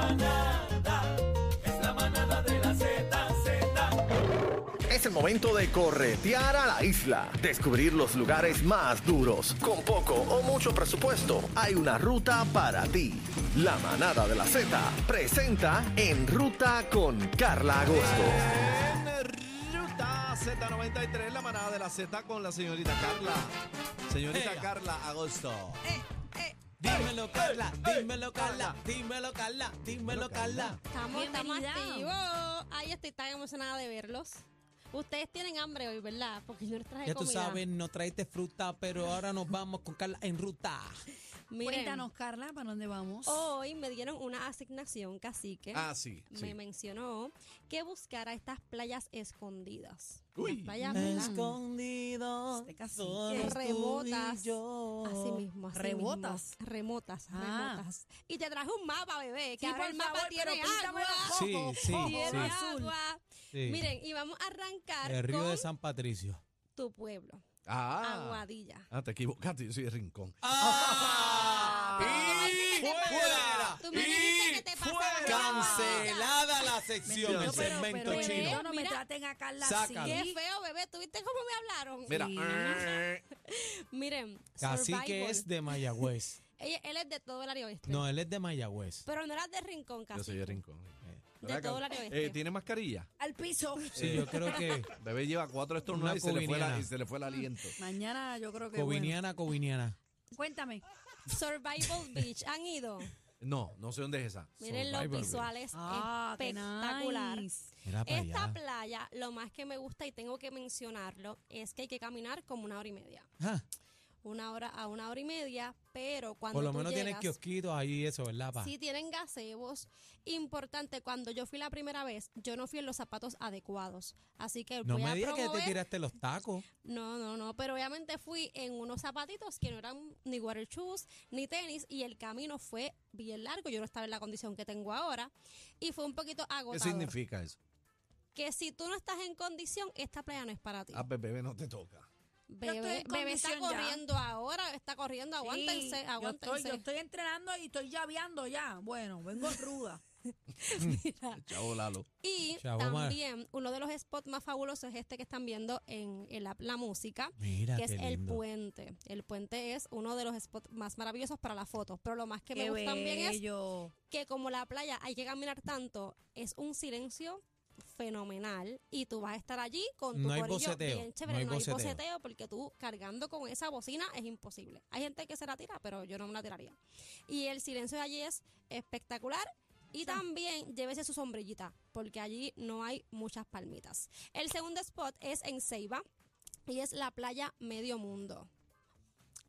manada, es la manada de la Z, Z. Es el momento de corretear a la isla, descubrir los lugares más duros. Con poco o mucho presupuesto, hay una ruta para ti. La manada de la Z presenta En Ruta con Carla Agosto. En Ruta Z93, la manada de la Z con la señorita Carla. Señorita Ella. Carla Agosto. Eh, eh, Dímelo, Carla, ey, dímelo, Carla, Carla. dímelo, Carla, dímelo, Carla. estamos, estamos Bienvenida. activos. Ay, estoy tan emocionada de verlos. Ustedes tienen hambre hoy, ¿verdad? Porque yo les traje Ya tú comida. sabes, no traiste fruta, pero ahora nos vamos con Carla en ruta. Miren, Oh, Cuéntanos, Carla, ¿para dónde vamos? Hoy me dieron una asignación, cacique. Ah, sí. me sí. mencionó que buscara estas playas escondidas. Uy. Las playas ¿verdad? Escondido, Este cacique. solo tú Remotas. y yo. Así mismo, así Rebotas. mismo. Remotas, Ah. remotas. Y te traje un mapa, bebé, que Sí, ahora por el mapa favor, tiene pero píntamelo agua. Sí, Ojo, sí, ojo, sí. Tiene azul. agua. Sí. Miren, y vamos a arrancar el río con de San Patricio. tu pueblo, Ah. Aguadilla. ah, te equivocaste, yo soy de rincón. ¡Ah! Y ¡Fuera! Tú me dijiste que te pasaba Cancelada la sección, Mira, el No, pero, segmento pero, chino. pero no me Mira. traten a Carla Sácalo. así. Qué feo, bebé. ¿Tuviste cómo me hablaron? Mira. Sí. eh, Miren, Así que Survivor. es de Mayagüez. Ella- él es de todo el área oeste. No, él es de Mayagüez. Pero no era de Rincón, casi. Yo soy de rincón. eh. De Acá. todo el área oeste. Eh, ¿Tiene mascarilla? Al piso. Sí, yo creo que Bebé lleva cuatro estornudos Una y se, le fue la- coviniana. y se le fue el aliento. Mañana yo creo que. bueno. Coviniana, Coviniana. Cuéntame. Survival Beach. ¿Han ido? No, no sé dónde es esa. Miren los Survivor visuales Ah, qué espectacular. nice. Mira para Esta allá. playa, lo más que me gusta y tengo que mencionarlo, es que hay que caminar como una hora y media. Ajá. Una hora a una hora y media, pero cuando Por lo tú menos tienen llegas, kiosquitos ahí, eso, ¿verdad? Pa? Si tienen gazebos, importante, cuando yo fui la primera vez, yo no fui en los zapatos adecuados. Así que no voy me a digas que te promover- tiraste los tacos. No, no, no, pero obviamente fui en unos zapatitos que no eran ni water shoes, ni tenis, y el camino fue bien largo. Yo no estaba en la condición que tengo ahora, y fue un poquito ¿Qué agotador. significa eso? Que si tú no estás en condición, esta playa no es para ti. Ah, pues, bebé, no te toca. yo estoy Bebé, en bebé está condición ya. corriendo ahora, bebé está corriendo, Sí, yo aguántense, estoy- aguántense. Yo estoy entrenando y estoy llaveando ya. Bueno, vengo ruda. Chavo Lalo. Y Chavo Mar. también uno de los spots más fabulosos es este que están viendo en, en la, la música, Mira, que es qué el lindo. puente. El puente es uno de los spots más maravillosos para las fotos, pero lo más que me Qué gusta también es bello. que como la playa hay que caminar tanto, es un silencio fenomenal y tú vas a estar allí con tu No hay corillo boceteo, bien chévere, no no hay hay, boceteo. boceteo. porque tú cargando con esa bocina es imposible. Hay gente que se la tira, pero yo no me la tiraría. Y el silencio de allí es espectacular y también llévese su sombrillita porque allí no hay muchas palmitas. El segundo spot es en Ceiba y es la playa Medio Mundo.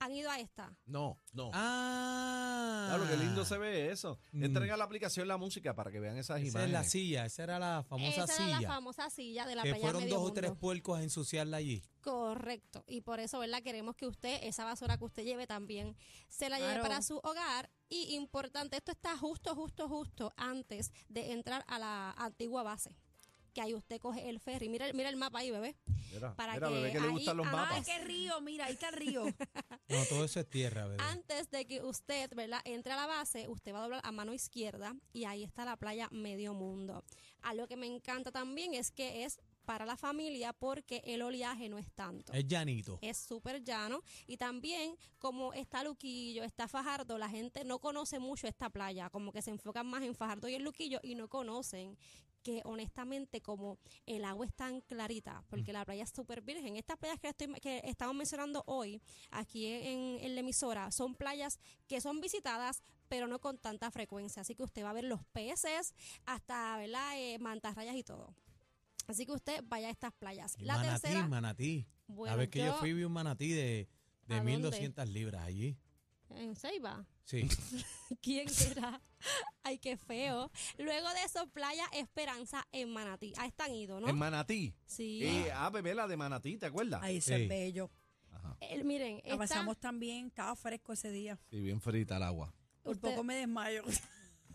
¿Han ido a esta? No, no. Ah. Claro, qué lindo se ve eso. Mm. Entrega la aplicación la música para que vean esas Esa es imágenes. la silla, esa era la famosa esa silla. era la famosa silla de la que playa fueron Medio dos o Mundo. tres puercos a ensuciarla allí. Correcto. Y por eso, ¿verdad? Queremos que usted, esa basura que usted lleve también, se la lleve Claro. para su hogar. Y importante, esto está justo, justo, justo antes de entrar a la antigua base. Que ahí usted coge el ferry. Mira, el- mira el mapa ahí, bebé. Mira, para mira, que bebé, que le ahí gustan los haga- Ay, mapas. qué río, mira, ahí está el río. No, todo eso es tierra, bebé. Antes de que usted, ¿verdad? Entre a la base, usted va a doblar a mano izquierda y ahí está la playa Medio Mundo. Algo que me encanta también es que es para la familia porque el oleaje no es tanto. Es llanito. es súper llano y también como está Luquillo, está Fajardo, la gente no conoce mucho esta playa, como que se enfocan más en Fajardo y en Luquillo y no conocen que honestamente como el agua es tan clarita, porque Mm. la playa es súper virgen, estas playas que, estoy- que estamos mencionando hoy aquí en, en la emisora son playas que son visitadas pero no con tanta frecuencia, así que usted va a ver los peces hasta, ¿verdad? Eh, mantarrayas y todo. Así que usted vaya a estas playas. Y La manatí, tercera... manatí. la Bueno, vez que yo, yo- fui vi un manatí de, de ¿A dónde? 1200 libras allí. En Ceiba. Sí. ¿Quién será? Ay, qué feo. Luego de eso, Playa Esperanza en Manatí. Ah, están ido, ¿no? En Manatí. sí. Eh, ah, bebé, la de Manatí, ¿te acuerdas? Ahí se Sí. es bello. Ajá. Eh, miren, La esta, pasamos también, estaba fresco ese día. Sí, bien frita el agua. Por Usted- poco me desmayo.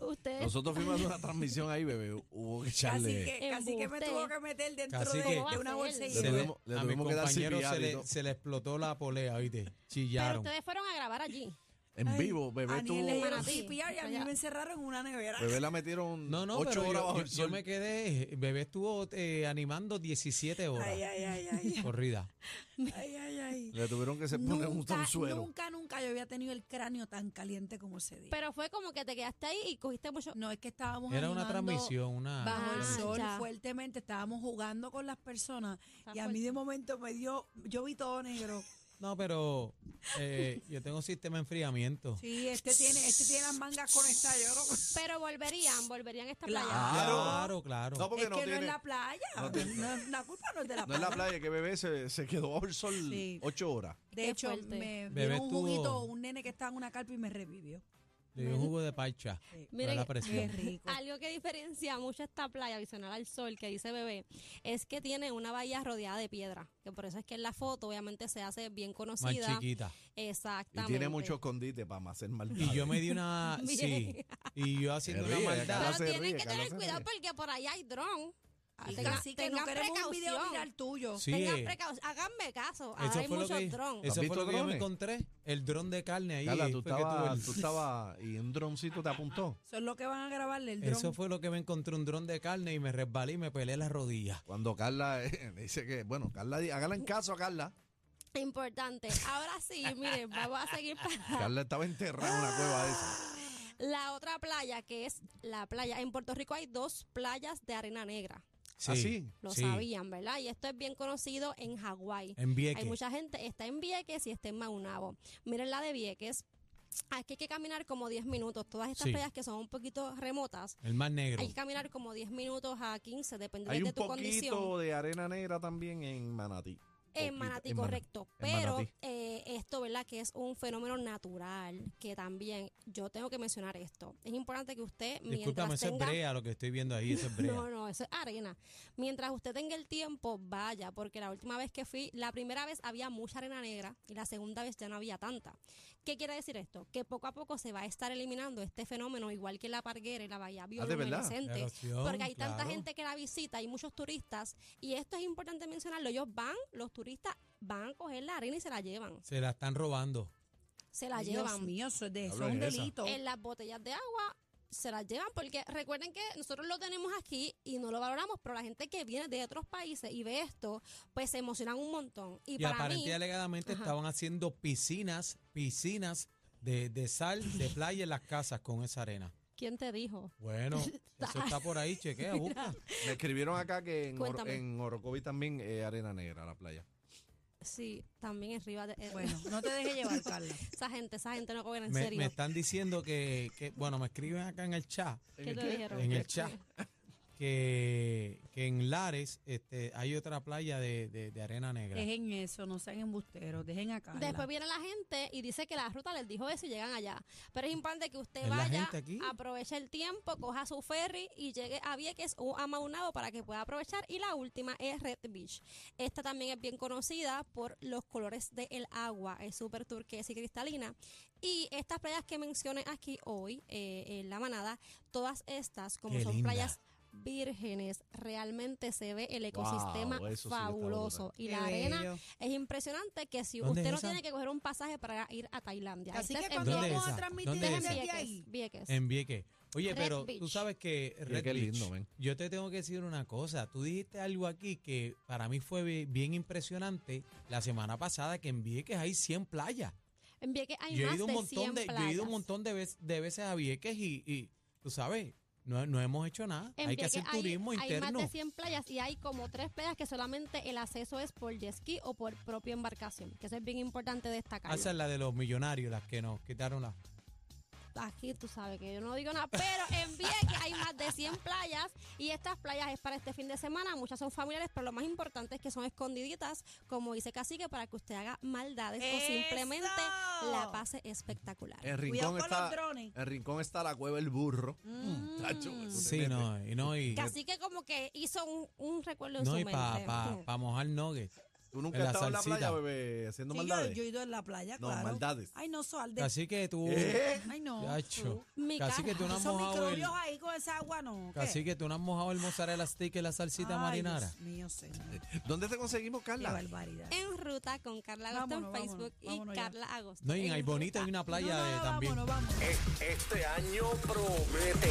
ustedes Nosotros fuimos a una transmisión ahí, bebé. Hubo que Casi echarle. que, casi que me Embuste. tuvo que meter dentro Casi de, que- de una Le bolsilla. Se le- tuvimos- le a mi tuvimos que dar compañero cipiar se y le, todo. se le explotó la polea, oíste. pero Chillaron. ustedes fueron a grabar allí. En Ay, vivo, bebé a tú. Aniel le dieron Manatí. CPR y a mí Allá. me encerraron en una nevera. Bebé la metieron No, no, pero ocho horas yo- bajo yo, el yo sol. me quedé, bebé estuvo eh, animando 17 horas Ay, ay, ay, ay. corrida. ay, ay, ay. Le tuvieron que se poner un Nunca, tonsuelo. nunca, nunca yo había tenido el cráneo tan caliente como ese día. Pero fue como que te quedaste ahí y cogiste mucho. no es que estábamos Era una animando transmisión, una... bajo el Ah, sol ya. fuertemente, estábamos jugando con las personas Está y a mí fuerte. de momento me dio, yo vi todo negro. No, pero eh, yo tengo sistema de enfriamiento. Sí, este tiene, este tiene las mangas conectadas, yo no- Pero volverían, volverían a esta Claro. playa. Claro, claro. No, pues, porque es no que no tiene- es la playa. no tiene- No es- la culpa no es de la No es playa. la playa que bebé se, se quedó bajo el sol Sí. ocho horas. De Qué hecho, fuerte. me Bebé vieron un juguito, estuvo- un nene que estaba en una carpa y me revivió. Le dio un jugo de parcha. Mira Mira la que- Qué presión. rico. Algo que diferencia mucho esta playa adicional al sol que dice bebé es que tiene una bahía rodeada de piedra, que por eso es que en la foto obviamente se hace bien Más conocida. chiquita. Exactamente. Y tiene mucho escondite para hacer mal. Y yo me di una... Bien. Sí. Y yo haciendo Me una ríe, maldad. Pero Carla se tienen ríe, que Carla tener se cuidado ríe. porque por allá hay dron. Así que- Tenga- Así que no tengan queremos un video precaución. viral tuyo. Sí. eh. Tengan precaución, háganme caso, ahora Eso hay fue lo muchos que, drones. eso ¿Has fue lo visto que yo me drones? encontré. El dron de carne ahí. Carla, tú fue que tuve estabas el- tú estaba, y un droncito te apuntó. Eso es lo que van a grabarle el dron. Eso fue lo que me encontré, un dron de carne y me resbalé y me pelé las rodillas. Cuando Carla eh, dice que, bueno, Carla, di- hágala en caso a Carla. Importante. Ahora sí, miren, vamos a seguir Ah. para Carla estaba enterrada en una cueva de esa. la otra playa, que es la playa. En Puerto Rico hay dos playas de arena negra. ¿Ah, sí? Lo sí. sabían, ¿verdad? Y esto es bien conocido en Hawái. En Hay Vieques. mucha gente, está en Vieques y está en Maunabo. Miren la de Vieques. Aquí hay que caminar como 10 minutos. Todas estas Sí. playas que son un poquito remotas, El mar negro. hay que caminar como 10 minutos a 15, dependiendo Hay de un tu poquito condición. de arena negra también en Manatí. En Manatí, en Mana- correcto. en Pero Manatí. eh, esto, ¿verdad? Que es un fenómeno natural, que también yo tengo que mencionar esto. Es importante que usted, Discúlpame, mientras eso es tenga... brea lo que estoy viendo ahí, eso es brea. No, no, eso es arena. Mientras usted tenga el tiempo, vaya, porque la última vez que fui, la primera vez había mucha arena negra y la segunda vez ya no había tanta. ¿Qué quiere decir esto? Que poco a poco se va a estar eliminando este fenómeno, igual que la parguera y la bahía ¿verdad? bioluminescente. La erosión, porque hay tanta claro. gente que la visita, hay muchos turistas, y esto es importante mencionarlo. Ellos van, los turistas van a coger la arena y se la llevan. Se la están robando. Se la Dios llevan. mío, eso es, de, eso Habla es un de esa. delito. en las botellas de agua se las llevan porque recuerden que nosotros lo tenemos aquí y no lo valoramos, pero la gente que viene de otros países y ve esto, pues se emocionan un montón. Y, Y, para mí, aparentemente y alegadamente Ajá. estaban haciendo piscinas, piscinas de, de sal, de playa en las casas con esa arena. ¿quién te dijo? Bueno, eso está por ahí, chequea, busca. Me escribieron acá que en, Oro- Cuéntame. en Orocovi también eh, arena negra la playa. Sí, también es Rivas de... eh, Bueno, no te dejes llevar, Carla. Esa gente, esa gente no cobra en Me, serio. me están diciendo que, que, bueno, me escriben acá en el chat, ¿Qué te dijeron? en el chat, que, que en Lares este, hay otra playa de, de- de arena negra. Dejen eso, no sean embusteros, dejen a Carla. Después viene la gente y dice que la ruta les dijo eso y llegan allá. Pero es importante que usted ¿Es la vaya, gente aquí? aproveche el tiempo, coja su ferry y llegue a Vieques o a Maunabo para que pueda aprovechar. Y la última es Red Beach. Esta también es bien conocida por los colores del agua. Es súper turquesa y cristalina. Y estas playas que mencioné aquí hoy eh, en La Manada, todas estas, como Qué son linda. playas vírgenes, realmente se ve el ecosistema eso sí está brutal. fabuloso. y Qué la arena bello. es impresionante que si ¿Dónde usted es no esa? tiene que coger un pasaje para ir a Tailandia. Así Este que es cuando en ¿Dónde vamos esa? a transmitir ¿Dónde Vieques. esa? desde Vieques, ahí, Vieques. En Vieques. Oye, Red pero Beach. tú sabes que Red qué Beach, lindo, ven. yo te tengo que decir una cosa. Tú dijiste algo aquí que para mí fue bi- bien impresionante la semana pasada que en Vieques hay 100 playas. En Vieques hay yo he más ido un de montón 100 de, yo playas. he ido un montón de, vez- de veces a Vieques y, y, tú sabes, no, no hemos hecho nada. En hay que Vieques hacer turismo hay interno. más de 100 playas y hay como tres playas que solamente el acceso es por jet ski o por propia embarcación, que eso es bien importante destacar. Ah, Esa es la de los millonarios, las que nos quitaron las. Aquí tú sabes que yo no digo nada, pero en Vieques hay más de 100 playas y estas playas es para este fin de semana, muchas son familiares, pero lo más importante es que son escondiditas, como dice Cacique, para que usted haga maldades o simplemente ¡Eso! la pase espectacular. Eh, En Cuidado Rincón, con está, los drones. en Rincón está la cueva El Burro. Tacho, eso te Sí, mete. no, y no, y, Casi que como que hizo un, un recuerdo en eh. no, su y mente. para Mm. mojar nuggets. Tú nunca En has la estado en la salsita. playa, bebé, haciendo Sí, yo, maldades. yo he ido en la playa, No, claro. maldades. Ay, no, Solde. Así que tú. ¿Eh? Ay, no. Chacho. Mi Casi que cara. tú no has Son mojado el. microbios ahí con esa agua, no. ¿qué? Casi que tú no has mojado el mozzarella stick y la salsita Ay, marinara. Dios mío, señor. ¿Dónde te conseguimos, Qué Carla? barbaridad. En ruta con Carla Agosto Vámonos, en vámonos, Facebook vámonos y ya. Carla Agosto. No, y en en Ay Bonita hay Ruta. una playa No, no, eh, también. Vámonos, vámonos. Es- Este año E-, promete.